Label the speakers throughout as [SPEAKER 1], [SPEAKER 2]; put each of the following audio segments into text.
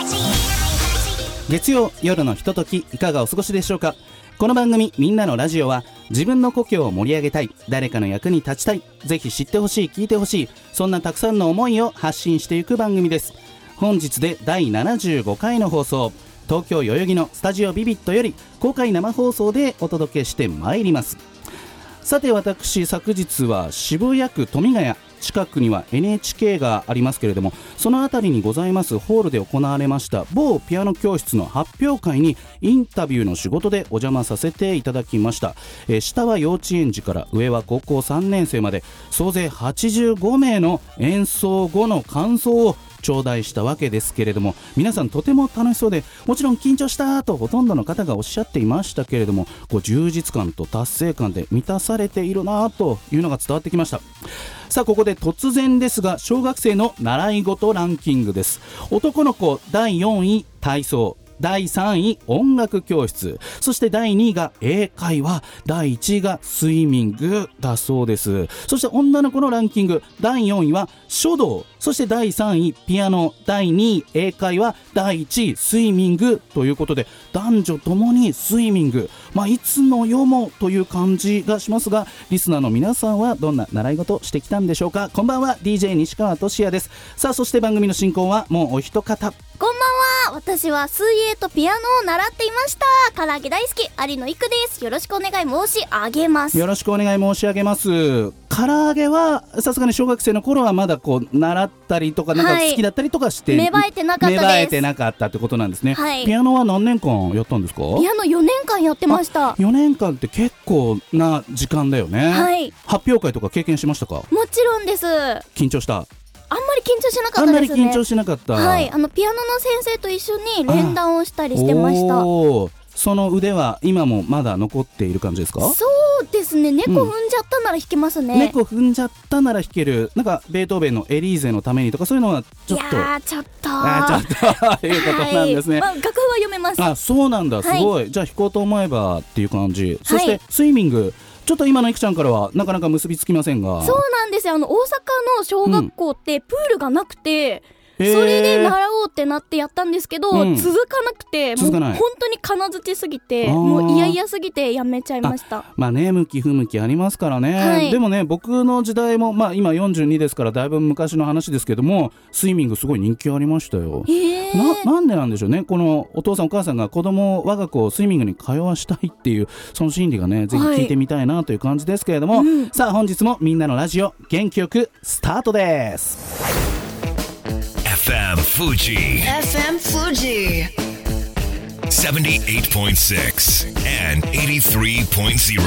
[SPEAKER 1] Thank you.
[SPEAKER 2] 月曜夜のひとときいかがお過ごしでしょうかこの番組「みんなのラジオは」自分の故郷を盛り上げたい誰かの役に立ちたいぜひ知ってほしい聞いてほしいそんなたくさんの思いを発信していく番組です本日で第75回の放送東京代々木のスタジオビビットより公開生放送でお届けしてまいりますさて私昨日は渋谷区富ヶ谷近くには NHK がありますけれどもその辺りにございますホールで行われました某ピアノ教室の発表会にインタビューの仕事でお邪魔させていただきました、えー下は幼稚園児から上は高校3年生まで総勢85名の演奏後の感想を頂戴したわけですけれども皆さんとても楽しそうでもちろん緊張したとほとんどの方がおっしゃっていましたけれどもこう充実感と達成感で満たされているなというのが伝わってきましたさあここで突然ですが小学生の習い事ランキングです男の子第4位体操第3位音楽教室そして第2位が英会話第1位がスイミングだそうですそして女の子のランキング第4位は書道そして第3位ピアノ第2位英会話第1位スイミングということで男女ともにスイミングまあいつの世もという感じがしますがリスナーの皆さんはどんな習い事してきたんでしょうかこんばんは DJ 西川俊也ですさあそして番組の進行はもうお一方
[SPEAKER 3] こんばんは私は水泳とピアノを習っていました唐揚げ大好き有野育ですよろしくお願い申し上げます
[SPEAKER 2] よろしくお願い申し上げます。唐揚げはさすがに小学生の頃はまだこう習ったりとかなんか
[SPEAKER 3] はい
[SPEAKER 2] 好きだったりとかして、
[SPEAKER 3] 芽生えてなかったです
[SPEAKER 2] 芽生えてなかったってことなんですね。
[SPEAKER 3] はい
[SPEAKER 2] ピアノは何年間やったんですか？
[SPEAKER 3] ピアノ4年間やってました
[SPEAKER 2] 4年間って結構な時間だよね。
[SPEAKER 3] はい
[SPEAKER 2] 発表会とか経験しましたか？
[SPEAKER 3] もちろんですあんま
[SPEAKER 2] 緊張した。
[SPEAKER 3] り緊張しなか
[SPEAKER 2] あ
[SPEAKER 3] っ
[SPEAKER 2] んま
[SPEAKER 3] たで
[SPEAKER 2] り
[SPEAKER 3] すね
[SPEAKER 2] 緊張しなかった。
[SPEAKER 3] はいあのピアノの先生と一緒に連弾をしたりしてましたそ
[SPEAKER 2] おーその腕は今もまだ残っている感じですか？
[SPEAKER 3] うですね猫踏んじゃったなら弾けますね、
[SPEAKER 2] 猫踏んじゃったなら弾ける。なんかベートーベンのエリーゼのためにとかそういうのはちょっと
[SPEAKER 3] い。やーちょっと
[SPEAKER 2] あーちょっと ということなんですね。
[SPEAKER 3] はいまあ、楽譜は読めます
[SPEAKER 2] あそうなんだす
[SPEAKER 3] はい
[SPEAKER 2] ごい、じゃあ弾こうと思えばっていう感じそして、
[SPEAKER 3] はい
[SPEAKER 2] スイミングちょっと今のいくちゃんからはなかなか結びつきませんが
[SPEAKER 3] そうなんですよあの大阪の小学校ってプールがなくて、
[SPEAKER 2] へー
[SPEAKER 3] それで習おうってなってやったんですけど、
[SPEAKER 2] うん
[SPEAKER 3] 続かなくてもう
[SPEAKER 2] 続かない
[SPEAKER 3] 本当に金づちすぎて
[SPEAKER 2] あー
[SPEAKER 3] もう嫌々すぎてやめちゃいました
[SPEAKER 2] まあね向き不向きありますからね、
[SPEAKER 3] はい
[SPEAKER 2] でもね僕の時代もまあ今42ですからだいぶ昔の話ですけどもスイミングすごい人気ありましたよ
[SPEAKER 3] へえ
[SPEAKER 2] ななんでなんでしょうねこのお父さんお母さんが子供を我が子をスイミングに通わしたいっていうその心理がねぜひ聞いてみたいなという感じですけれども、
[SPEAKER 3] うん
[SPEAKER 2] さあ本日もみんなのラジオ元気よくスタートです
[SPEAKER 4] FM Fuji
[SPEAKER 5] FM Fuji.
[SPEAKER 4] 78.6 and 83.0.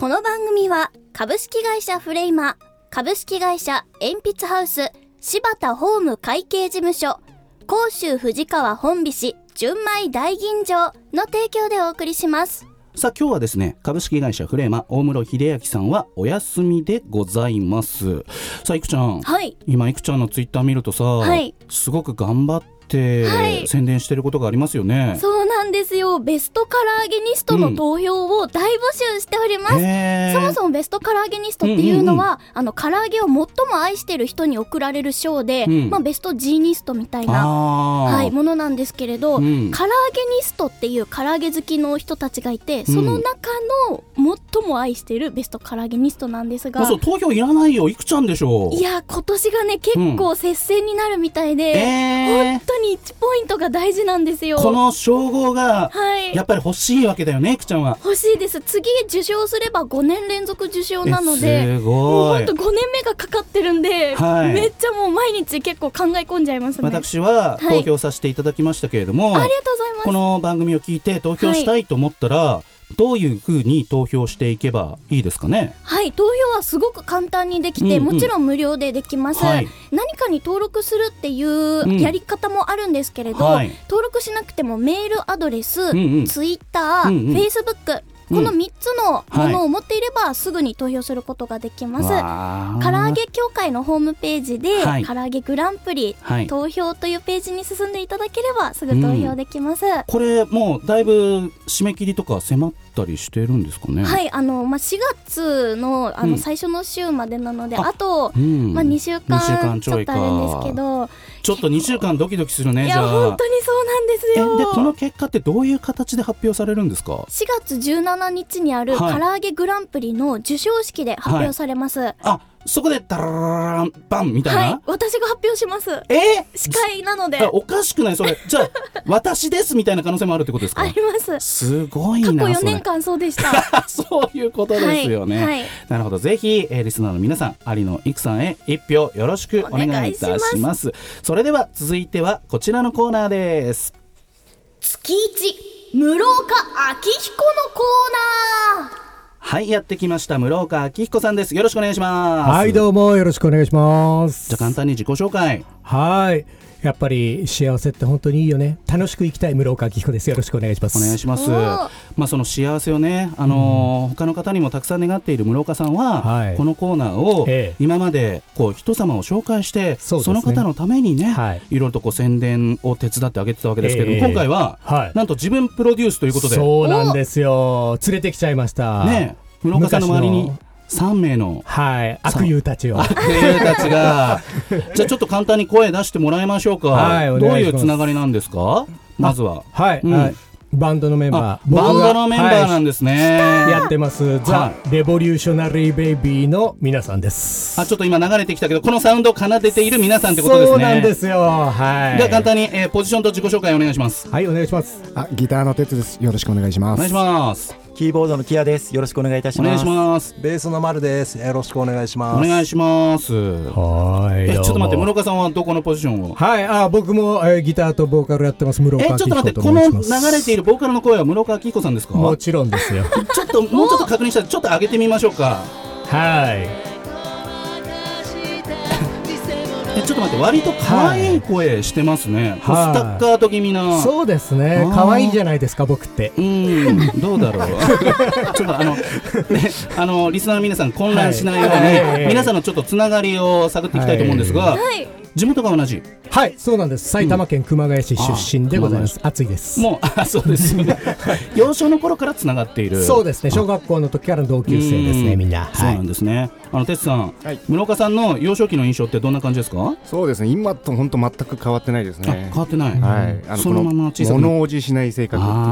[SPEAKER 3] この番組は株式会社フレイマ株式会社鉛筆ハウス柴田ホーム会計事務所甲州藤川本美市純米大吟醸の提供でお送りします
[SPEAKER 2] さあ今日はですね株式会社フレーマ大室秀明さんはお休みでございますさあいくちゃん
[SPEAKER 3] はい
[SPEAKER 2] 今いくちゃんのツイッター見るとさ、
[SPEAKER 3] はい
[SPEAKER 2] すごく頑張って
[SPEAKER 3] はい
[SPEAKER 2] 宣伝してることがありますよね、
[SPEAKER 3] そうなんですよ。ベストカラーゲニストの投票を大募集しております。
[SPEAKER 2] へー
[SPEAKER 3] そもそもベストカラーゲニストっていうのは、あの唐揚げを最も愛してる人に贈られる賞で、
[SPEAKER 2] うん
[SPEAKER 3] まあベストジーニストみたいな。
[SPEAKER 2] あー
[SPEAKER 3] はい、ものなんですけれど、
[SPEAKER 2] うん
[SPEAKER 3] 唐揚げニストっていう唐揚げ好きの人たちがいてその中の最も愛してるベスト唐揚げニストなんですが、
[SPEAKER 2] もうそう投票いらないよいくちゃんでしょ
[SPEAKER 3] いや今年がね結構接戦になるみたいで、
[SPEAKER 2] え
[SPEAKER 3] 本当に1ポイントが大事なんですよ。
[SPEAKER 2] ー、この称号が
[SPEAKER 3] はい、
[SPEAKER 2] やっぱり欲しいわけだよねいくちゃんは
[SPEAKER 3] 欲しいです次受賞すれば5年連続受賞な
[SPEAKER 2] え
[SPEAKER 3] のですもう
[SPEAKER 2] ご
[SPEAKER 3] ほ
[SPEAKER 2] い
[SPEAKER 3] んと5年目がかかってるんで、
[SPEAKER 2] はい
[SPEAKER 3] めっちゃもう毎日結構考え込んじゃいますねありがと
[SPEAKER 2] 私は
[SPEAKER 3] はい
[SPEAKER 2] 投票させていただきましたけれども、
[SPEAKER 3] うございます
[SPEAKER 2] この番組を聞いて投票したいと思ったら、どういうふうに投票していけばいいですかね
[SPEAKER 3] はい投票はすごく簡単にできて、
[SPEAKER 2] うんうん
[SPEAKER 3] もちろん無料でできます、
[SPEAKER 2] はい
[SPEAKER 3] 何かに登録するってい
[SPEAKER 2] ん
[SPEAKER 3] うやり方もあるんですけれど、
[SPEAKER 2] はい
[SPEAKER 3] 登録しなくてもメールアドレス、
[SPEAKER 2] んうん
[SPEAKER 3] ツイッター、
[SPEAKER 2] うんうん
[SPEAKER 3] フェイスブックこの
[SPEAKER 2] うん
[SPEAKER 3] 3つのものを持っていればすぐに投票することができます、
[SPEAKER 2] わー
[SPEAKER 3] 唐揚げ協会のホームページで、
[SPEAKER 2] はい
[SPEAKER 3] 唐揚げグランプリ、
[SPEAKER 2] はい
[SPEAKER 3] 投票というページに進んでいただければすぐ投票できます、
[SPEAKER 2] これもうだいぶ締め切りとか迫ったりしてるんですかね、
[SPEAKER 3] はいいあの、まあ、4月のあ
[SPEAKER 2] うん
[SPEAKER 3] の最初の週までなので、
[SPEAKER 2] あ
[SPEAKER 3] あと、
[SPEAKER 2] うん
[SPEAKER 3] まあ、2週間
[SPEAKER 2] 二週間ち
[SPEAKER 3] ち
[SPEAKER 2] ょ
[SPEAKER 3] ょ
[SPEAKER 2] い
[SPEAKER 3] っ
[SPEAKER 2] か
[SPEAKER 3] とあるんですけど
[SPEAKER 2] ちょっと2週間ドキドキするね
[SPEAKER 3] い
[SPEAKER 2] じ
[SPEAKER 3] や
[SPEAKER 2] ゃあ
[SPEAKER 3] 本当にそうなんです
[SPEAKER 2] え
[SPEAKER 3] よ
[SPEAKER 2] でこの結果ってどういう形で発表されるんですか
[SPEAKER 3] 4月17日にある
[SPEAKER 2] はい
[SPEAKER 3] 唐揚げグランプリの授賞式で発表されます、はい、
[SPEAKER 2] あそこでダラララランバンみたいな、
[SPEAKER 3] 私が発表します
[SPEAKER 2] え
[SPEAKER 3] 司会なので
[SPEAKER 2] あ
[SPEAKER 3] あ
[SPEAKER 2] おかしくないそ れじゃあ私ですみたいな可能性もあるってことですか
[SPEAKER 3] ります
[SPEAKER 2] すごいな
[SPEAKER 3] 過去4
[SPEAKER 2] それ
[SPEAKER 3] 年 間そうでしたは
[SPEAKER 2] そういうことですよね。
[SPEAKER 3] はいはい
[SPEAKER 2] なるほど。ぜひ、えーリスナーの皆さん、有野いくさんへ一票よろしくお願いいたし
[SPEAKER 3] お願
[SPEAKER 2] ま
[SPEAKER 3] い
[SPEAKER 2] す。
[SPEAKER 3] し
[SPEAKER 2] それでは続いてはこちらのコーナーです。
[SPEAKER 3] 月一室岡明彦のコーナー
[SPEAKER 2] はい、やってきました。室岡明彦さんです。よろしくお願いします。
[SPEAKER 5] はい、どうもよろしくお願いします。
[SPEAKER 2] じゃあ簡単に自己紹介。
[SPEAKER 5] はい。やっぱり幸せって本当にいいよね。楽しく生きたい室岡明彦です。よろしくお願いします。
[SPEAKER 2] お願いします。
[SPEAKER 3] おー
[SPEAKER 2] まあその幸せをね、あのー他の方にもたくさん願っている室岡さんは、
[SPEAKER 5] はい
[SPEAKER 2] このコーナーを
[SPEAKER 5] ええ
[SPEAKER 2] 今までこう人様を紹介して、
[SPEAKER 5] そうです
[SPEAKER 2] そ
[SPEAKER 5] ね
[SPEAKER 2] の方のためにね、
[SPEAKER 5] はい
[SPEAKER 2] い、ろいろとこう宣伝を手伝ってあげてたわけですけれども、
[SPEAKER 5] ええ
[SPEAKER 2] 今回は、
[SPEAKER 5] はい
[SPEAKER 2] なんと自分プロデュースということで、
[SPEAKER 5] そうなんですよ。連れてきちゃいました。
[SPEAKER 2] ね、室岡さんの周り
[SPEAKER 5] 昔
[SPEAKER 2] に
[SPEAKER 5] の
[SPEAKER 2] 3名の
[SPEAKER 5] はい。悪友たちを。
[SPEAKER 2] 悪友たち が、じゃあちょっと簡単に声出してもらいましょうか。
[SPEAKER 5] はいお
[SPEAKER 2] どう
[SPEAKER 5] 願い
[SPEAKER 2] い
[SPEAKER 5] し
[SPEAKER 2] う
[SPEAKER 5] ます
[SPEAKER 2] つながりなんですかまずは。
[SPEAKER 5] はい、
[SPEAKER 2] うん
[SPEAKER 5] はいバンドのメン
[SPEAKER 2] あ
[SPEAKER 5] バー。
[SPEAKER 2] バンドのメンバーなん
[SPEAKER 5] で。
[SPEAKER 2] ですね。
[SPEAKER 5] はいやってます。ザ
[SPEAKER 2] は・
[SPEAKER 5] レボリューショナリー・ベイビーの皆さんです。
[SPEAKER 2] あ、ちょっと今流れてきたけど、このサウンドを奏でている皆さんってことですね。
[SPEAKER 5] そうなんですよ。はい。
[SPEAKER 2] では簡単に、えーポジションと自己紹介お願いします。
[SPEAKER 5] はい、お願いします。
[SPEAKER 6] あ、ギターの鉄です。よろしくお願いしま
[SPEAKER 2] お
[SPEAKER 6] す。
[SPEAKER 2] 願いします。
[SPEAKER 7] キーボードのキアです。よろしくお願いいたし
[SPEAKER 2] お願
[SPEAKER 7] ま
[SPEAKER 2] いし
[SPEAKER 7] す。
[SPEAKER 2] ます。
[SPEAKER 8] ベースの丸です。よろしくお願いし
[SPEAKER 2] お
[SPEAKER 8] ます。
[SPEAKER 2] 願いします。え、
[SPEAKER 5] は
[SPEAKER 2] ちょっと待って、
[SPEAKER 5] どうも
[SPEAKER 2] 室岡さんはどこのポジションを
[SPEAKER 5] はい、あ僕も、えーギターとボーカルやってます、室
[SPEAKER 2] え、
[SPEAKER 5] 岡
[SPEAKER 2] ちょっと待って、
[SPEAKER 5] 明
[SPEAKER 2] こ
[SPEAKER 5] 彦と
[SPEAKER 2] の
[SPEAKER 5] 申し
[SPEAKER 2] 流
[SPEAKER 5] ます
[SPEAKER 2] れているボーカルの声は室岡明彦さんですか
[SPEAKER 5] もちろんです よ。
[SPEAKER 2] ちょっと、もうちょっと確認したら、ちょっと上げてみましょうか。
[SPEAKER 5] はい。
[SPEAKER 2] え、ちょっと待って、割と可愛い声してますね。こう
[SPEAKER 5] はい
[SPEAKER 2] スタッカート気味な。
[SPEAKER 5] そうです
[SPEAKER 2] あ
[SPEAKER 5] ね
[SPEAKER 2] ー。
[SPEAKER 5] 可愛いじゃないですか、僕って。
[SPEAKER 2] うーん、どうだ ろう。ちょっとあの、ね、あの、リスナーの皆さん混乱しないように、
[SPEAKER 5] はい
[SPEAKER 2] 皆さんのちょっとつながりを探っていきたいと思うんですが、
[SPEAKER 3] い
[SPEAKER 2] 地元が同じ。
[SPEAKER 5] はい、そうなんです。埼玉県熊谷市出身でございます。暑いです。
[SPEAKER 2] もう、あ、そうですよね。幼少の頃からつながっている。
[SPEAKER 5] そうですね。小学校の時からの同級生です
[SPEAKER 2] う
[SPEAKER 5] ね、
[SPEAKER 2] ん
[SPEAKER 5] みんな。
[SPEAKER 2] そう
[SPEAKER 5] は
[SPEAKER 2] なん
[SPEAKER 5] い。
[SPEAKER 2] ですね。あの、哲さん、
[SPEAKER 6] はい
[SPEAKER 2] 室岡さんの幼少期の印象ってどんな感じですか、
[SPEAKER 6] そうですね。今と本当全く変わってないです
[SPEAKER 2] あ、
[SPEAKER 6] ね
[SPEAKER 2] 変。わってない。
[SPEAKER 6] はい。
[SPEAKER 2] そのまま小さくな
[SPEAKER 6] 物おじしない性格っていう。は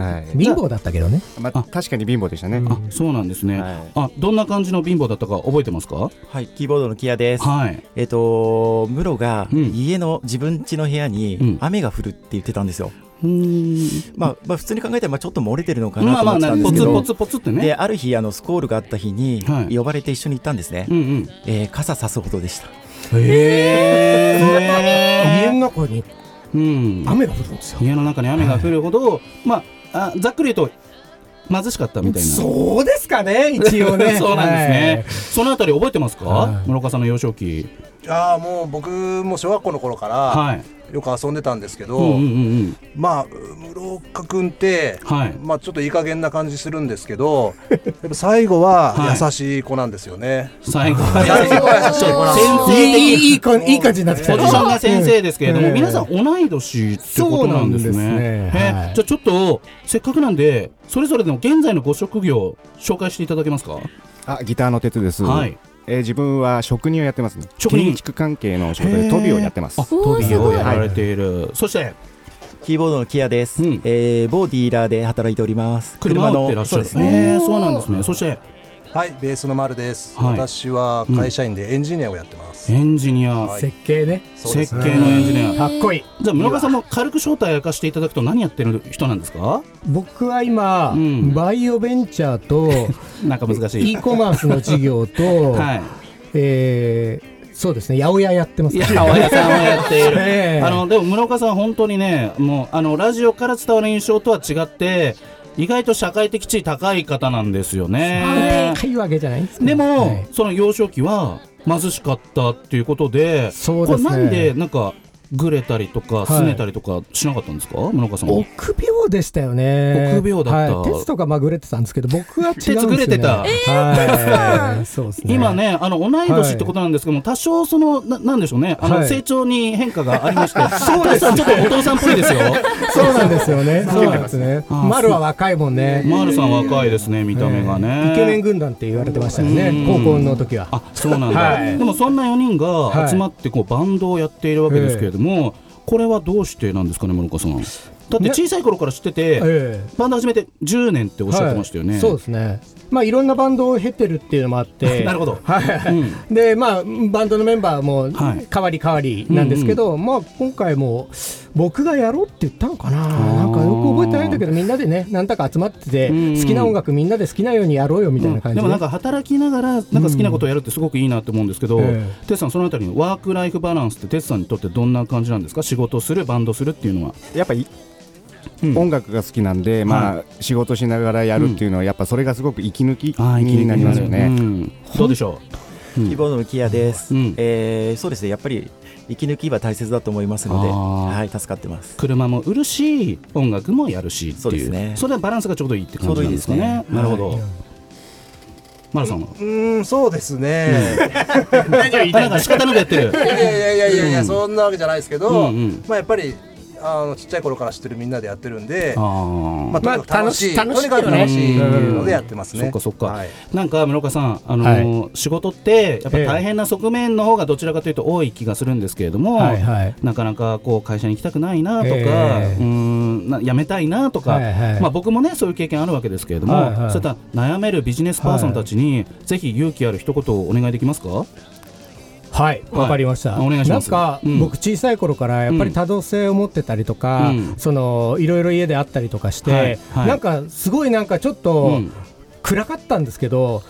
[SPEAKER 2] あー、
[SPEAKER 6] い。
[SPEAKER 5] 貧乏だったけどね。
[SPEAKER 6] まあ、確かに貧乏でしたね。
[SPEAKER 2] あ、そうなんですね、
[SPEAKER 6] はい
[SPEAKER 2] あ、どんな感じの貧乏だったか覚えてますか。
[SPEAKER 7] はい、キーボードのキアです。
[SPEAKER 2] はい。
[SPEAKER 7] えっと、ムロが
[SPEAKER 2] うん
[SPEAKER 7] 家の自分家の部屋
[SPEAKER 2] う
[SPEAKER 7] に
[SPEAKER 2] ん
[SPEAKER 7] 雨が降るって言ってたんですよ。
[SPEAKER 2] うーん。
[SPEAKER 7] まあ、まあ、普通に考えたら、まあ、ちょっと漏れてるのかな
[SPEAKER 2] まあ
[SPEAKER 7] と
[SPEAKER 2] ま
[SPEAKER 7] 思
[SPEAKER 2] あ
[SPEAKER 7] って
[SPEAKER 2] な
[SPEAKER 7] た
[SPEAKER 2] んん、
[SPEAKER 7] で
[SPEAKER 2] ポ
[SPEAKER 7] すけ
[SPEAKER 2] ツ
[SPEAKER 7] ど。
[SPEAKER 2] ポツポツってね。
[SPEAKER 7] で、ある日、あの、スコールがあった日に
[SPEAKER 2] はい、
[SPEAKER 7] 呼ばれて一緒に行ったんですね。
[SPEAKER 2] うんうん。
[SPEAKER 7] えー傘さすほどでした。
[SPEAKER 2] え
[SPEAKER 5] 家の中に
[SPEAKER 2] ー、うん。
[SPEAKER 5] 雨が降るんですよ。
[SPEAKER 2] 家の中に雨が降るほど、まあ、あ、ざっくり言うと。貧しかったみたいな。
[SPEAKER 5] そうですかね、一応 ね。
[SPEAKER 2] そうなんですね。そのあたり覚えてますか、
[SPEAKER 5] はい
[SPEAKER 2] 室岡さんの幼少期。
[SPEAKER 8] ああ、もう僕も小学校の頃から、
[SPEAKER 2] はい。
[SPEAKER 8] よく遊んでたんですけど、
[SPEAKER 2] うんうんうん
[SPEAKER 8] まあ、室岡くんって、
[SPEAKER 2] はい
[SPEAKER 8] まあ、ちょっといい加減な感じするんですけ ど、やっぱ最後は優しい子なんですよね。
[SPEAKER 2] 最 後
[SPEAKER 8] 優しい子は優しい子なんですよ
[SPEAKER 5] はい。いい、いい、いい子いい感じになってきた
[SPEAKER 2] ポ
[SPEAKER 5] ね。
[SPEAKER 2] ジションが先生ですけれども、
[SPEAKER 5] うん
[SPEAKER 2] 皆さん同い年ってことなんですね。
[SPEAKER 5] そうなんですね
[SPEAKER 2] え
[SPEAKER 5] はい
[SPEAKER 2] じゃあちょっとせっかくなんでそれぞれの現在のご職業紹介していただけますか。
[SPEAKER 6] あ、ギターの鉄です。
[SPEAKER 2] はい。
[SPEAKER 6] えー自分は職人をやってますね。
[SPEAKER 2] 職人
[SPEAKER 6] 建築関係の仕事でトビをやってます
[SPEAKER 2] あ、。トビをやられている。そして
[SPEAKER 7] キーボードのキアです。
[SPEAKER 2] うん
[SPEAKER 7] えー某ディーラーで働いております。
[SPEAKER 2] 車を売ってらっしゃる。
[SPEAKER 7] そうですね。
[SPEAKER 2] えーそうなんですね。そして
[SPEAKER 8] はい、ベースの丸です。
[SPEAKER 2] はい
[SPEAKER 8] 私は会社員でエンジニアをやってます。
[SPEAKER 2] エンジニア、
[SPEAKER 8] はい
[SPEAKER 5] 設計ね。
[SPEAKER 8] そうです
[SPEAKER 2] 設
[SPEAKER 8] ね
[SPEAKER 2] 計のエンジニア。
[SPEAKER 5] かっこいい。
[SPEAKER 2] じゃあ村岡さんも軽く正体を明かしていただくと何やってる人なんですか。
[SPEAKER 5] 僕は今、
[SPEAKER 2] うん
[SPEAKER 5] バイオベンチャー と
[SPEAKER 2] なんか難しい
[SPEAKER 5] e。コマースの事業と、
[SPEAKER 2] はい。
[SPEAKER 5] えーそうですね八百屋やってます
[SPEAKER 2] いや、八百屋さんをやって いる。
[SPEAKER 5] ええ
[SPEAKER 2] あの、でも、村岡さん、本当にね、もう、あの、ラジオから伝わる印象とは違って。意外と社会的地位高い方なんですよね。
[SPEAKER 5] 高いわけじゃないんですけど
[SPEAKER 2] でも、
[SPEAKER 5] はい
[SPEAKER 2] その幼少期は貧しかったっていうことで、
[SPEAKER 5] そうですね
[SPEAKER 2] これなんでなんかぐれたりとか
[SPEAKER 5] い
[SPEAKER 2] 拗ねたりとかしなかったんですか、村岡さんは。
[SPEAKER 5] 臆病でしたよね
[SPEAKER 2] 臆病だった
[SPEAKER 5] はい、鉄とかまぐれてたんですけど僕は違うんですよ、ね、
[SPEAKER 2] 鉄ぐれてたえ
[SPEAKER 5] はい、そうですね
[SPEAKER 2] 今ね、あの同い年ってことなんですけども、多少そのな、なんでしょうね、あの
[SPEAKER 5] はい
[SPEAKER 2] 成長に変化がありま して、そうです。ちょっとお父さんっぽいですよ。
[SPEAKER 5] そうなんですよ ね
[SPEAKER 2] そう
[SPEAKER 5] そうなんですね
[SPEAKER 2] あー
[SPEAKER 5] マルは若いもんね
[SPEAKER 2] マールさん若いですね、見た目がね。
[SPEAKER 5] イケメン軍団って言われてましたよね
[SPEAKER 2] うん
[SPEAKER 5] 高校の時は
[SPEAKER 2] あそうなんだ、
[SPEAKER 5] はい
[SPEAKER 2] でもそんな4人が集まってこうバンドをやっているわけですけれども、これはどうしてなんですかね、諸岡さん。だって小さい頃から知ってて、
[SPEAKER 5] ええ
[SPEAKER 2] バンド始めて10年っておっしゃってましたよね。
[SPEAKER 5] はいそうですねまあいろんなバンドを経てるっていうのもあって
[SPEAKER 2] なるほど
[SPEAKER 5] はい、
[SPEAKER 2] うん
[SPEAKER 5] でまあバンドのメンバーも
[SPEAKER 2] はい
[SPEAKER 5] 変わり変わりなんですけど、まあ今回も僕がやろうって言ったのかななんかよく覚えてないんだけどみんなでねなんだか集まってて
[SPEAKER 2] うんうん
[SPEAKER 5] 好きな音楽みんなで好きなようにやろうよみたいな感じ
[SPEAKER 2] で
[SPEAKER 5] で、
[SPEAKER 2] もなんか働きながらなんか好きなことをやるってすごくいいなと思うんですけど、
[SPEAKER 5] え
[SPEAKER 2] テツさんそのあたりのワークライフバランスってテツさんにとってどんな感じなんですか仕事をするバンドするっていうのは
[SPEAKER 6] やっぱり
[SPEAKER 2] うん
[SPEAKER 6] 音楽が好きなんで、まあ、仕事しながらやるっていうのは、やっぱそれがすごく息抜きになりますよ
[SPEAKER 2] う
[SPEAKER 6] ね。
[SPEAKER 2] んどうでしょう、うん
[SPEAKER 7] キーボードのキアです、
[SPEAKER 2] うん
[SPEAKER 7] えーそうですねやっぱり息抜きは大切だと思いますので、
[SPEAKER 2] あー
[SPEAKER 7] はい、助かってます
[SPEAKER 2] 車も売るし音楽もやるしっていう
[SPEAKER 7] そうですね
[SPEAKER 2] それはバランスがちょうどいいって感じなんですか
[SPEAKER 7] ちょうどい
[SPEAKER 2] ね
[SPEAKER 7] いですね
[SPEAKER 2] なるほど、マルさんは
[SPEAKER 8] うーん、そうですね。
[SPEAKER 2] あなんか仕方なくやってる
[SPEAKER 8] いやいやいやいやいや、
[SPEAKER 2] うん
[SPEAKER 8] そんなわけじゃないですけ
[SPEAKER 2] う
[SPEAKER 8] ど、
[SPEAKER 2] んうん
[SPEAKER 8] まあやっぱりあのちっちゃい頃から知ってるみんなでやってるんで、
[SPEAKER 2] あー
[SPEAKER 8] まあとにかく楽しい、
[SPEAKER 5] まあ楽し
[SPEAKER 8] とにかく楽しいっていうのでやってますね。
[SPEAKER 2] そっかそっか、
[SPEAKER 8] はい
[SPEAKER 2] なんか室岡さん、あのー仕事ってやっぱ
[SPEAKER 5] ええ
[SPEAKER 2] 大変な側面の方がどちらかというと多い気がするんですけれども、
[SPEAKER 5] はいはい
[SPEAKER 2] なかなかこう会社に行きたくないなとか、
[SPEAKER 5] ええ
[SPEAKER 2] うーんな辞めたいなとか、
[SPEAKER 5] はいはい
[SPEAKER 2] まあ、僕もねそういう経験あるわけですけれども、
[SPEAKER 5] はいはい
[SPEAKER 2] そういった悩めるビジネスパーソンたちに、ぜひ勇気ある一言をお願いできますか
[SPEAKER 5] はい、
[SPEAKER 2] はい
[SPEAKER 5] わかりました。
[SPEAKER 2] お願いします
[SPEAKER 5] なんか、
[SPEAKER 2] うん
[SPEAKER 5] 僕小さい頃からやっぱり多動性を持ってたりとか、
[SPEAKER 2] うん
[SPEAKER 5] そのいろいろ家であったりとかして、
[SPEAKER 2] はいはい
[SPEAKER 5] なんかすごいなんかちょっ
[SPEAKER 2] う
[SPEAKER 5] と
[SPEAKER 2] ん
[SPEAKER 5] 暗かったんですけど。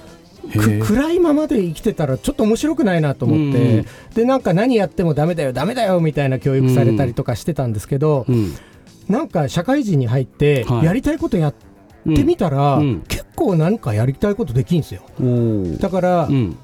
[SPEAKER 2] へえ
[SPEAKER 5] く暗いままで生きてたらちょっと面白くないなと思って、
[SPEAKER 2] うん
[SPEAKER 5] でなんか何やってもダメだよダメだよみたいな教育されたりとかしてたんですけど、
[SPEAKER 2] うん
[SPEAKER 5] なんか社会人に入って
[SPEAKER 2] はい
[SPEAKER 5] やりたいことやってみたら、
[SPEAKER 2] うんうん
[SPEAKER 5] 結構なんかやりたいことできんですよ
[SPEAKER 2] おー
[SPEAKER 5] だから、
[SPEAKER 2] うん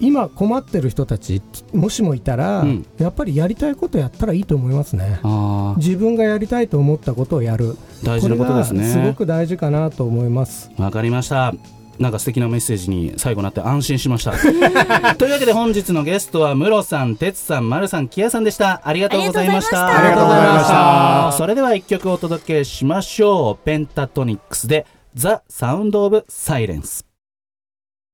[SPEAKER 5] 今困ってる人たちもしもいたら、
[SPEAKER 2] うん
[SPEAKER 5] やっぱりやりたいことやったらいいと思いますね
[SPEAKER 2] あー
[SPEAKER 5] 自分がやりたいと思ったことをやる
[SPEAKER 2] 大事なことですね
[SPEAKER 5] これがすごく大事かなと思います
[SPEAKER 2] わかりました。なんか素敵なメッセージに最後なって安心しました。 というわけで本日のゲストはムロさん、てつさん、まるさん、きやさんでした。ありがとうございました。。
[SPEAKER 3] ありがとうご
[SPEAKER 6] ざいました
[SPEAKER 2] それでは一曲お届けしましょう。ペンタトニックスで The Sound of Silence。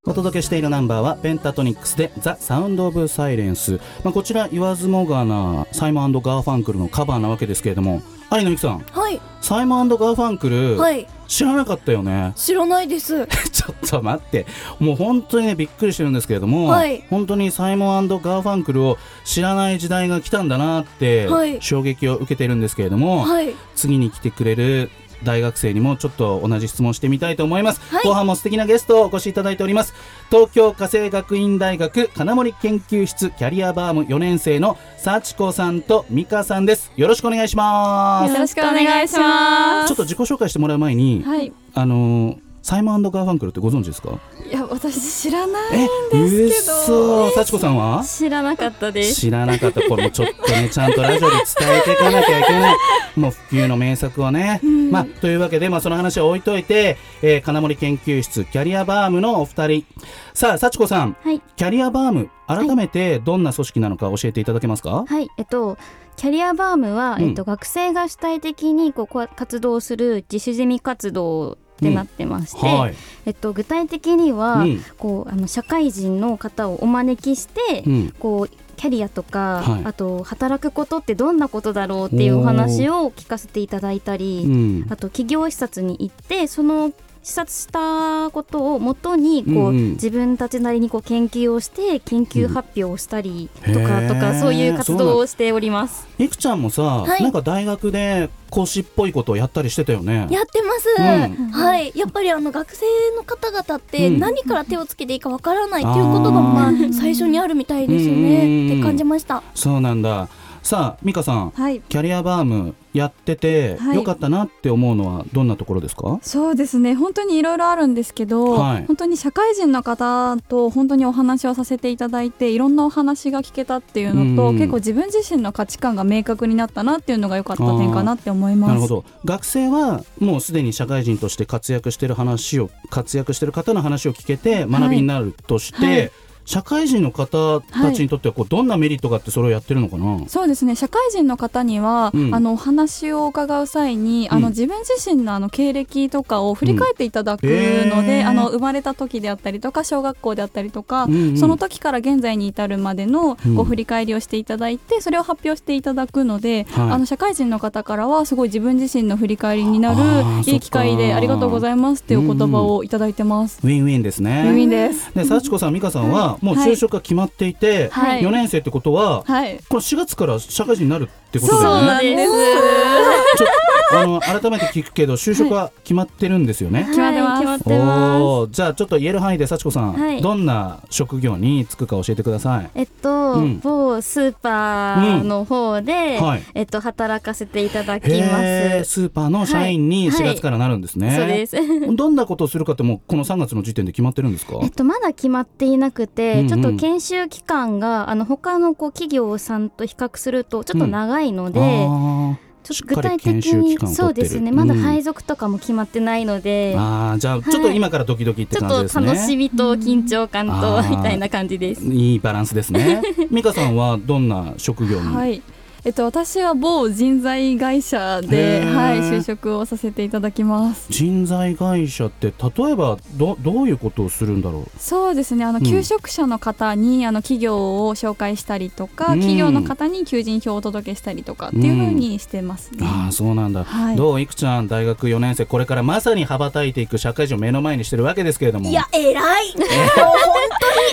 [SPEAKER 2] お届けしているナンバーはペンタトニックスで The Sound of Silence。まあ、こちら言わずもがなサイモンガーファンクルのカバーなわけですけれども、有野美樹さん、
[SPEAKER 3] はい
[SPEAKER 2] サイモンガーファンクル、
[SPEAKER 3] はい
[SPEAKER 2] 知らなかったよね。
[SPEAKER 3] 知らないです
[SPEAKER 2] ちょっと待って、もう本当にね、びっくりしてるんですけれども、
[SPEAKER 3] はい
[SPEAKER 2] 本当にサイモンガーファンクルを知らない時代が来たんだなって
[SPEAKER 3] はい、
[SPEAKER 2] 衝撃を受けてるんですけれども、
[SPEAKER 3] はい
[SPEAKER 2] 次に来てくれる大学生にもちょっと同じ質問してみたいと思います、
[SPEAKER 3] はい
[SPEAKER 2] 後半も素敵なゲストをお越しいただいております東京家政学院大学金森研究室キャリアバーム4年生の幸子さんと美香さんですよろしくお願いします
[SPEAKER 9] よろしくお願いしま
[SPEAKER 2] ちょっと自己紹介してもらう前に、
[SPEAKER 9] す。はい。
[SPEAKER 2] あのーサイモンガーファンクルってご存知ですか
[SPEAKER 9] いや、私知らない。
[SPEAKER 2] え、うっそー、幸子さんは
[SPEAKER 9] 知らなかったです。
[SPEAKER 2] 知らなかった、これもちょっとね、ちゃんとラジオで伝えていかなきゃいけない、もう普及の名作をね。まあ、というわけで、まあ、その話は置いといて、えー金森研究室キャリアバームのお二人。さあ、幸子さん、
[SPEAKER 9] はい。
[SPEAKER 2] キャリアバーム、改めてどんな組織なのか教えていただけますか、
[SPEAKER 9] はい。えっと、キャリアバームは、
[SPEAKER 2] うん
[SPEAKER 9] えっと、学生が主体的にこうこう活動する自主ゼミ活動ってなってまして、
[SPEAKER 2] はい。
[SPEAKER 9] えっと、具体的には、
[SPEAKER 2] うん
[SPEAKER 9] こうあの社会人の方をお招きして、
[SPEAKER 2] うん
[SPEAKER 9] こうキャリアとか、
[SPEAKER 2] はい
[SPEAKER 9] あと働くことってどんなことだろうっていうお話を聞かせていただいたり、
[SPEAKER 2] うん
[SPEAKER 9] あと企業視察に行ってその視察したことをもとにこう、
[SPEAKER 2] うんうん
[SPEAKER 9] 自分たちなりにこう研究をして研究発表をしたりとか、
[SPEAKER 2] うんへー
[SPEAKER 9] とかそういう活動をしております。
[SPEAKER 2] いくちゃんもさ、
[SPEAKER 3] い
[SPEAKER 2] なんか大学で講師っぽいことをやったりしてたよね。
[SPEAKER 3] やってます、
[SPEAKER 2] うん
[SPEAKER 3] はいやっぱりあの学生の方々って
[SPEAKER 2] うん
[SPEAKER 3] 何から手をつけていいかわからないっていうことが
[SPEAKER 2] あー
[SPEAKER 3] まあ最初にあるみたいです
[SPEAKER 2] うんうんうん
[SPEAKER 3] ねって感じました
[SPEAKER 2] そうなんだ。さあ美香さん
[SPEAKER 10] はい。
[SPEAKER 2] キャリアバームやってて、
[SPEAKER 10] はい
[SPEAKER 2] よかったなって思うのはどんなところですか
[SPEAKER 10] そうですね本当にいろいろあるんですけど、
[SPEAKER 2] はい
[SPEAKER 10] 本当に社会人の方と本当にお話をさせていただいていろんなお話が聞けたっていうのと、
[SPEAKER 2] うん
[SPEAKER 10] 結構自分自身の価値観が明確になったなっていうのが良かった点かなって思います。
[SPEAKER 2] なるほど学生はもうすでに社会人として活躍してる話を活躍してる方の話を聞けて学びになるとして、
[SPEAKER 10] はい
[SPEAKER 2] 社会人の方たちにとってはこうどんなメリットがあってそれをやってるのかな、
[SPEAKER 10] そうですね社会人の方には、
[SPEAKER 2] うん
[SPEAKER 10] あのお話を伺う際に、あ
[SPEAKER 2] うん
[SPEAKER 10] の自分自身のあの経歴とかを振り返っていただくの
[SPEAKER 2] うんへ
[SPEAKER 10] で、
[SPEAKER 2] ー
[SPEAKER 10] あの生まれた時であったりとか小学校であったりとか、
[SPEAKER 2] うんうん
[SPEAKER 10] その時から現在に至るまでの
[SPEAKER 2] うん
[SPEAKER 10] こう振り返りをしていただいてそれを発表していただくので、
[SPEAKER 2] はい
[SPEAKER 10] あの社会人の方からはすごい自分自身の振り返りにな
[SPEAKER 2] あー
[SPEAKER 10] るいい機会
[SPEAKER 2] そっ
[SPEAKER 10] で
[SPEAKER 2] か
[SPEAKER 10] ありがとうございますっていうお言葉をいただいてます。
[SPEAKER 2] ウィンウィンですね。
[SPEAKER 10] ウィンウィンです
[SPEAKER 2] で、幸子さん、美香さんは、もう就職が決まっていて、
[SPEAKER 10] はい
[SPEAKER 2] 4年生ってことは、
[SPEAKER 10] はい
[SPEAKER 2] この4月から社会人になるってことだよね。
[SPEAKER 10] です。
[SPEAKER 2] ちょっとあの改めて聞くけど就職は決まってるんですよね。
[SPEAKER 10] 決まってます
[SPEAKER 9] はい決まってます
[SPEAKER 2] おーじゃあちょっと言える範囲で幸子さん、
[SPEAKER 9] はい
[SPEAKER 2] どんな職業に就くか教えてください。
[SPEAKER 9] えっと、
[SPEAKER 2] うん
[SPEAKER 9] 某スーパーの方で、
[SPEAKER 2] うんはい
[SPEAKER 9] えっと働かせていただき
[SPEAKER 2] へ
[SPEAKER 9] ま
[SPEAKER 2] ー
[SPEAKER 9] す。
[SPEAKER 2] スーパーの社員に
[SPEAKER 9] はい
[SPEAKER 2] 4月からなるんですね。
[SPEAKER 9] そうです。
[SPEAKER 2] どんなことをするかってもうこの3月の時点で決まってるんですか
[SPEAKER 9] えっと、まだ決まっていなくて、
[SPEAKER 2] うんうん
[SPEAKER 9] ちょっと研修期間があの他のこう企業さんと比較するとちょっと長いので、
[SPEAKER 2] あー
[SPEAKER 9] ちょっ
[SPEAKER 2] しっ
[SPEAKER 9] と具
[SPEAKER 2] かり
[SPEAKER 9] 体
[SPEAKER 2] 研
[SPEAKER 9] 的
[SPEAKER 2] 修期
[SPEAKER 9] に
[SPEAKER 2] 間を取ってる
[SPEAKER 9] そうですねまだ配属とかも決まってないので、
[SPEAKER 2] あーじゃあちょっと今からドキドキって
[SPEAKER 9] ちょ
[SPEAKER 2] 感
[SPEAKER 9] っ
[SPEAKER 2] じ
[SPEAKER 9] と
[SPEAKER 2] ですね。
[SPEAKER 9] 楽しみと緊張感
[SPEAKER 2] う
[SPEAKER 9] と
[SPEAKER 2] ん
[SPEAKER 9] みたいな感じです。
[SPEAKER 2] いいバランスです ね。美香さんはどんな職業に、
[SPEAKER 10] はい。えっと私は某人材会社
[SPEAKER 2] へ
[SPEAKER 10] で、
[SPEAKER 2] ー
[SPEAKER 10] はい、就職をさせていただきます。
[SPEAKER 2] 人材会社って例えばどどういうことをするんだろう
[SPEAKER 10] そうですね。あの、
[SPEAKER 2] うん
[SPEAKER 10] 求職者の方にあの企業を紹介したりとか、
[SPEAKER 2] うん
[SPEAKER 10] 企業の方に求人票をお届けしたりとかっていう風にしてますね。
[SPEAKER 2] ああそうなんだ、
[SPEAKER 10] はい
[SPEAKER 2] どういくちゃん大学4年生これからまさに羽ばたいていく社会人を目の前にしてるわけですけれども
[SPEAKER 3] いや、偉い。もう本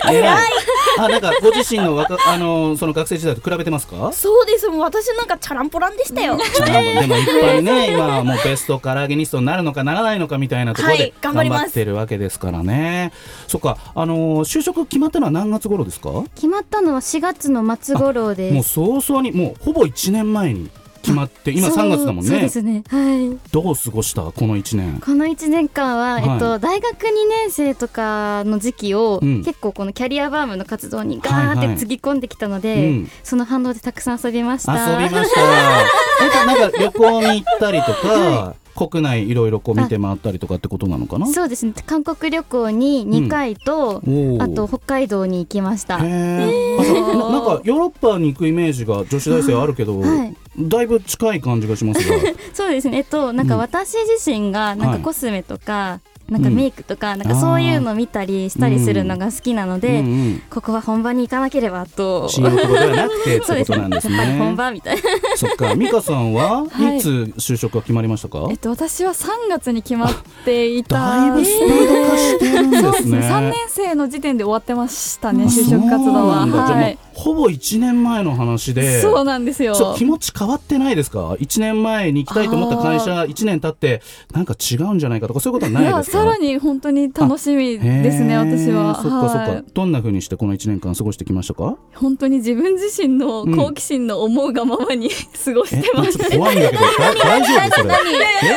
[SPEAKER 3] 当に
[SPEAKER 2] 偉
[SPEAKER 3] 偉い。
[SPEAKER 2] あなんかご自身の若 あのーその学生時代と比べてますか
[SPEAKER 3] そうです。もう私なんかチャランポランでしたよ。
[SPEAKER 2] ちょっとでもいっぱいね今はもうベストカラーゲニストになるのかならないのかみたいなところ
[SPEAKER 3] は
[SPEAKER 2] で
[SPEAKER 3] い
[SPEAKER 2] 頑
[SPEAKER 3] 頑張ります
[SPEAKER 2] 張ってるわけですからね、そっかあのー就職決まったのは何月頃ですかも
[SPEAKER 9] 決まったのは4月の末頃です。
[SPEAKER 2] う早々にもうほぼ1年前に決まって今
[SPEAKER 9] そう
[SPEAKER 2] 3月だもん
[SPEAKER 9] そう
[SPEAKER 2] ね
[SPEAKER 9] ですね。はい。
[SPEAKER 2] どう過ごしたこの1年
[SPEAKER 9] この1年間は、
[SPEAKER 2] はい
[SPEAKER 9] えっと、大学2年生とかの時期を、
[SPEAKER 2] うん
[SPEAKER 9] 結構このキャリアバームの活動にガー
[SPEAKER 2] はいは
[SPEAKER 9] って
[SPEAKER 2] い
[SPEAKER 9] つぎ込んできたので、
[SPEAKER 2] うん
[SPEAKER 9] その反動でたくさん遊びました
[SPEAKER 2] 遊び ました。えっとなんか旅行に行ったりとか、国内いろいろこう見て回ったりとかってことなのかな。
[SPEAKER 9] そうですね韓国旅行に2回と、
[SPEAKER 2] おー
[SPEAKER 9] あと北海道に行きました
[SPEAKER 2] へえ。あそうななんかヨーロッパに行くイメージが女子大生あるけど、
[SPEAKER 9] はい
[SPEAKER 2] だいぶ近い感じがします が。
[SPEAKER 9] そうですねえっとなん
[SPEAKER 2] う
[SPEAKER 9] か
[SPEAKER 2] ん
[SPEAKER 9] 私自身がなん
[SPEAKER 2] は
[SPEAKER 9] か
[SPEAKER 2] い
[SPEAKER 9] コスメとか、なんかメイクとか、なんかそういうの見たりしたりするのが好きなので、
[SPEAKER 2] うんうん、
[SPEAKER 9] ここは本場に行かなければと
[SPEAKER 2] 仕事ではなくてっ て
[SPEAKER 9] そうです
[SPEAKER 2] こ
[SPEAKER 9] ね
[SPEAKER 2] となんです
[SPEAKER 9] やっぱり本
[SPEAKER 2] ね。
[SPEAKER 9] 場みたいな
[SPEAKER 2] そっか、美香さんは、
[SPEAKER 10] はい
[SPEAKER 2] いつ就職が決まりましたか
[SPEAKER 10] えっ。と私は3月に決まってい
[SPEAKER 2] だい
[SPEAKER 10] た。
[SPEAKER 2] ぶスピード化してるんで
[SPEAKER 10] そうですすね。
[SPEAKER 2] ね。
[SPEAKER 10] 3年生の時点で終わってましたね。
[SPEAKER 2] あ
[SPEAKER 10] 就職活動は。
[SPEAKER 2] そうなんだじゃあ
[SPEAKER 10] は
[SPEAKER 2] もう
[SPEAKER 10] い。
[SPEAKER 2] ほぼ1年前の話で。
[SPEAKER 10] そうなんですよ。
[SPEAKER 2] そう気持ち変わってないですか1年前に行きたいと思った会社1年経ってなんか違うんじゃないかとかそういうことはない
[SPEAKER 10] や
[SPEAKER 2] ですか
[SPEAKER 10] さらに本当に楽しみですね
[SPEAKER 2] へー
[SPEAKER 10] 私は
[SPEAKER 2] そっかそっか、
[SPEAKER 10] はい
[SPEAKER 2] どんな風にしてこの1年間過ごしてきました か
[SPEAKER 10] 本当に自分自身の
[SPEAKER 2] うん
[SPEAKER 10] 好奇心の思うがままに 過ごしてま
[SPEAKER 2] え
[SPEAKER 10] し
[SPEAKER 2] ち
[SPEAKER 10] た、
[SPEAKER 2] ょっと怖いんだけどだ大丈夫それ
[SPEAKER 10] いや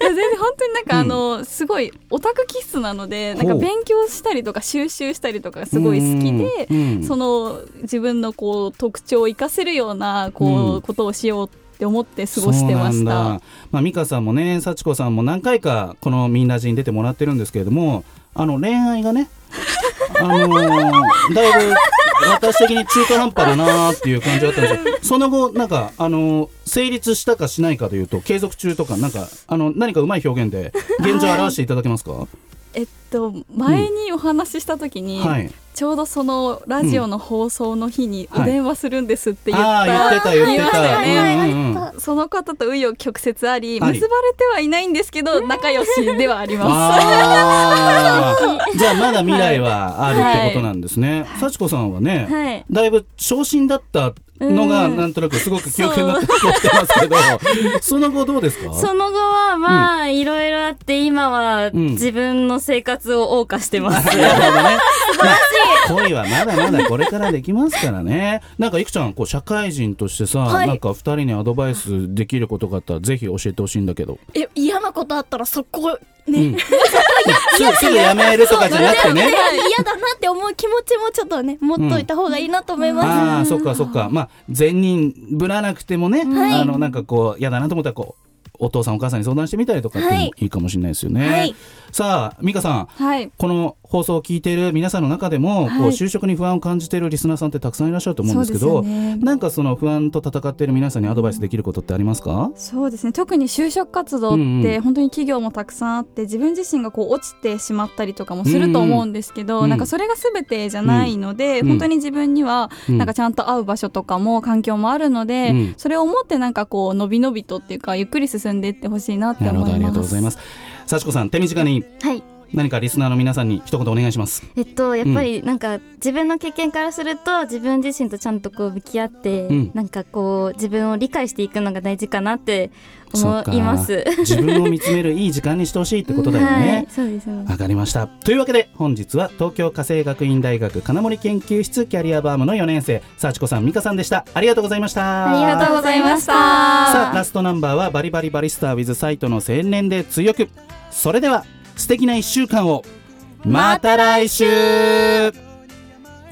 [SPEAKER 10] 全然本当になんか
[SPEAKER 2] う
[SPEAKER 10] あ
[SPEAKER 2] ん
[SPEAKER 10] の、すごいオタク気質なので
[SPEAKER 2] ほ
[SPEAKER 10] な
[SPEAKER 2] うん
[SPEAKER 10] か勉強したりとか収集したりとかがすごい好きで、
[SPEAKER 2] うんうん
[SPEAKER 10] その自分のこう特徴を生かせるようなこう、
[SPEAKER 2] うん
[SPEAKER 10] ことをしようって思って過ごして
[SPEAKER 2] そ
[SPEAKER 10] ま
[SPEAKER 2] う
[SPEAKER 10] し
[SPEAKER 2] な
[SPEAKER 10] た
[SPEAKER 2] んだ。まあ、美香さんもね、幸子さんも何回かこのみんな人に出てもらってるんですけれども、あの恋愛がね、あの ーだいぶ私的に中途半端だなーっていう感じだったんですよ。その後なんかあのー成立したかしないかというと継続中とかなんかあの何かうまい表現で現状を表していただけますか。は
[SPEAKER 10] えっと前にお話しした時に、
[SPEAKER 2] い。
[SPEAKER 10] ちょうどそのラジオの放送の日に
[SPEAKER 2] うん
[SPEAKER 10] お電話するんですって言った、
[SPEAKER 2] ああ言ってた言ってた。
[SPEAKER 10] 言いましたよね
[SPEAKER 2] うんうんうん
[SPEAKER 10] その方と紆余曲折あり
[SPEAKER 2] あり
[SPEAKER 10] 結ばれてはいないんですけど仲良しではあります
[SPEAKER 2] あ ーじゃあまだ未来はあるってことなんですね。幸子さんはね、
[SPEAKER 9] はい
[SPEAKER 2] だいぶ昇進だったのが
[SPEAKER 9] うん
[SPEAKER 2] なんとなくすごく記憶に残ってますけど、その後どうですか？
[SPEAKER 9] その後ははまあ、いろいろあって、今は
[SPEAKER 2] うん
[SPEAKER 9] 自分の生活を謳歌して ます。
[SPEAKER 2] なるほどね。まあ恋はまだまだこれからできますか らね。なんかいくちゃん、こう社会人としてさ、
[SPEAKER 3] はい
[SPEAKER 2] なんか二人にアドバイスできることがあったら、ぜひ教えてほしいんだけ ど。
[SPEAKER 3] え嫌なことあったらそこ
[SPEAKER 2] う
[SPEAKER 3] ね、
[SPEAKER 2] ん。すぐすぐやめるとかじゃなくて ね。
[SPEAKER 3] 嫌だなって思う気持ちもちょっとね持っといた方がいいなと思います、
[SPEAKER 2] ああ、そっかそっか。まあ、善人ぶらなくてもね、
[SPEAKER 3] はい
[SPEAKER 2] あの、なんかこう、嫌だなと思ったら、こう、お父さんお母さんに相談してみたりとかっていうのも
[SPEAKER 3] はい
[SPEAKER 2] いいかもしれないですよね。
[SPEAKER 3] はい
[SPEAKER 2] さあ、美香さん、
[SPEAKER 10] はい。
[SPEAKER 2] この放送を聞いている皆さんの中でも、こう
[SPEAKER 10] はい
[SPEAKER 2] 就職に不安を感じているリスナーさんってたくさんいらっしゃると思うんですけ
[SPEAKER 10] そ
[SPEAKER 2] ど
[SPEAKER 10] うですよね
[SPEAKER 2] なんかその不安と戦っている皆さんにアドバイスできることってありますか、
[SPEAKER 10] そうですね特に就職活動っ
[SPEAKER 2] うんう
[SPEAKER 10] て
[SPEAKER 2] ん
[SPEAKER 10] 本当に企業もたくさんあって自分自身がこう落ちてしまったりとかもすると思うんですけ
[SPEAKER 2] う
[SPEAKER 10] ど、
[SPEAKER 2] んうん
[SPEAKER 10] なんかそれが全てじゃないので、
[SPEAKER 2] うん
[SPEAKER 10] 本当に自分には
[SPEAKER 2] うん
[SPEAKER 10] なんかちゃんと合う場所とかも環境もあるので、
[SPEAKER 2] うん
[SPEAKER 10] それを持ってなんかこう伸び伸びとっていうかゆっくり進んでいってほしいなって
[SPEAKER 2] なるほ
[SPEAKER 10] 思います。
[SPEAKER 2] どありがとうございます幸子さん手短に
[SPEAKER 9] はい。
[SPEAKER 2] 何かリスナーの皆さんに一言お願いします
[SPEAKER 9] えっと、やっぱりなんか自分の経験からすると自分自身とちゃんとこう向き合って、
[SPEAKER 2] うん
[SPEAKER 9] なんかこう自分を理解していくのが大事かなって
[SPEAKER 2] そ
[SPEAKER 9] 思
[SPEAKER 2] うか
[SPEAKER 9] います。
[SPEAKER 2] 自分を見つめるいい時間にしてほしいってことだよ
[SPEAKER 9] は
[SPEAKER 2] ね
[SPEAKER 9] い、そうですね。
[SPEAKER 2] わかりました。というわけで、本日は東京家政学院大学金森研究室キャリアバームの4年生、幸子さん、美香さんでした。ありがとうございました。
[SPEAKER 9] ありがとうございました。
[SPEAKER 2] さあラストナンバーはバリバリバリスター with サイトの青年で強くそれでは素敵な1週間をまた来週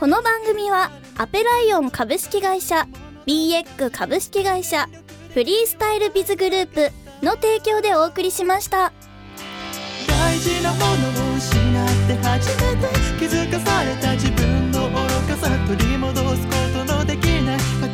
[SPEAKER 3] この番組はアペライオン株式会社 BX 株式会社フリースタイルビズグループの提供でお送りしました。
[SPEAKER 11] 大事なものを失って初めて気づかされた自分の愚かさ取り戻すことのできない過去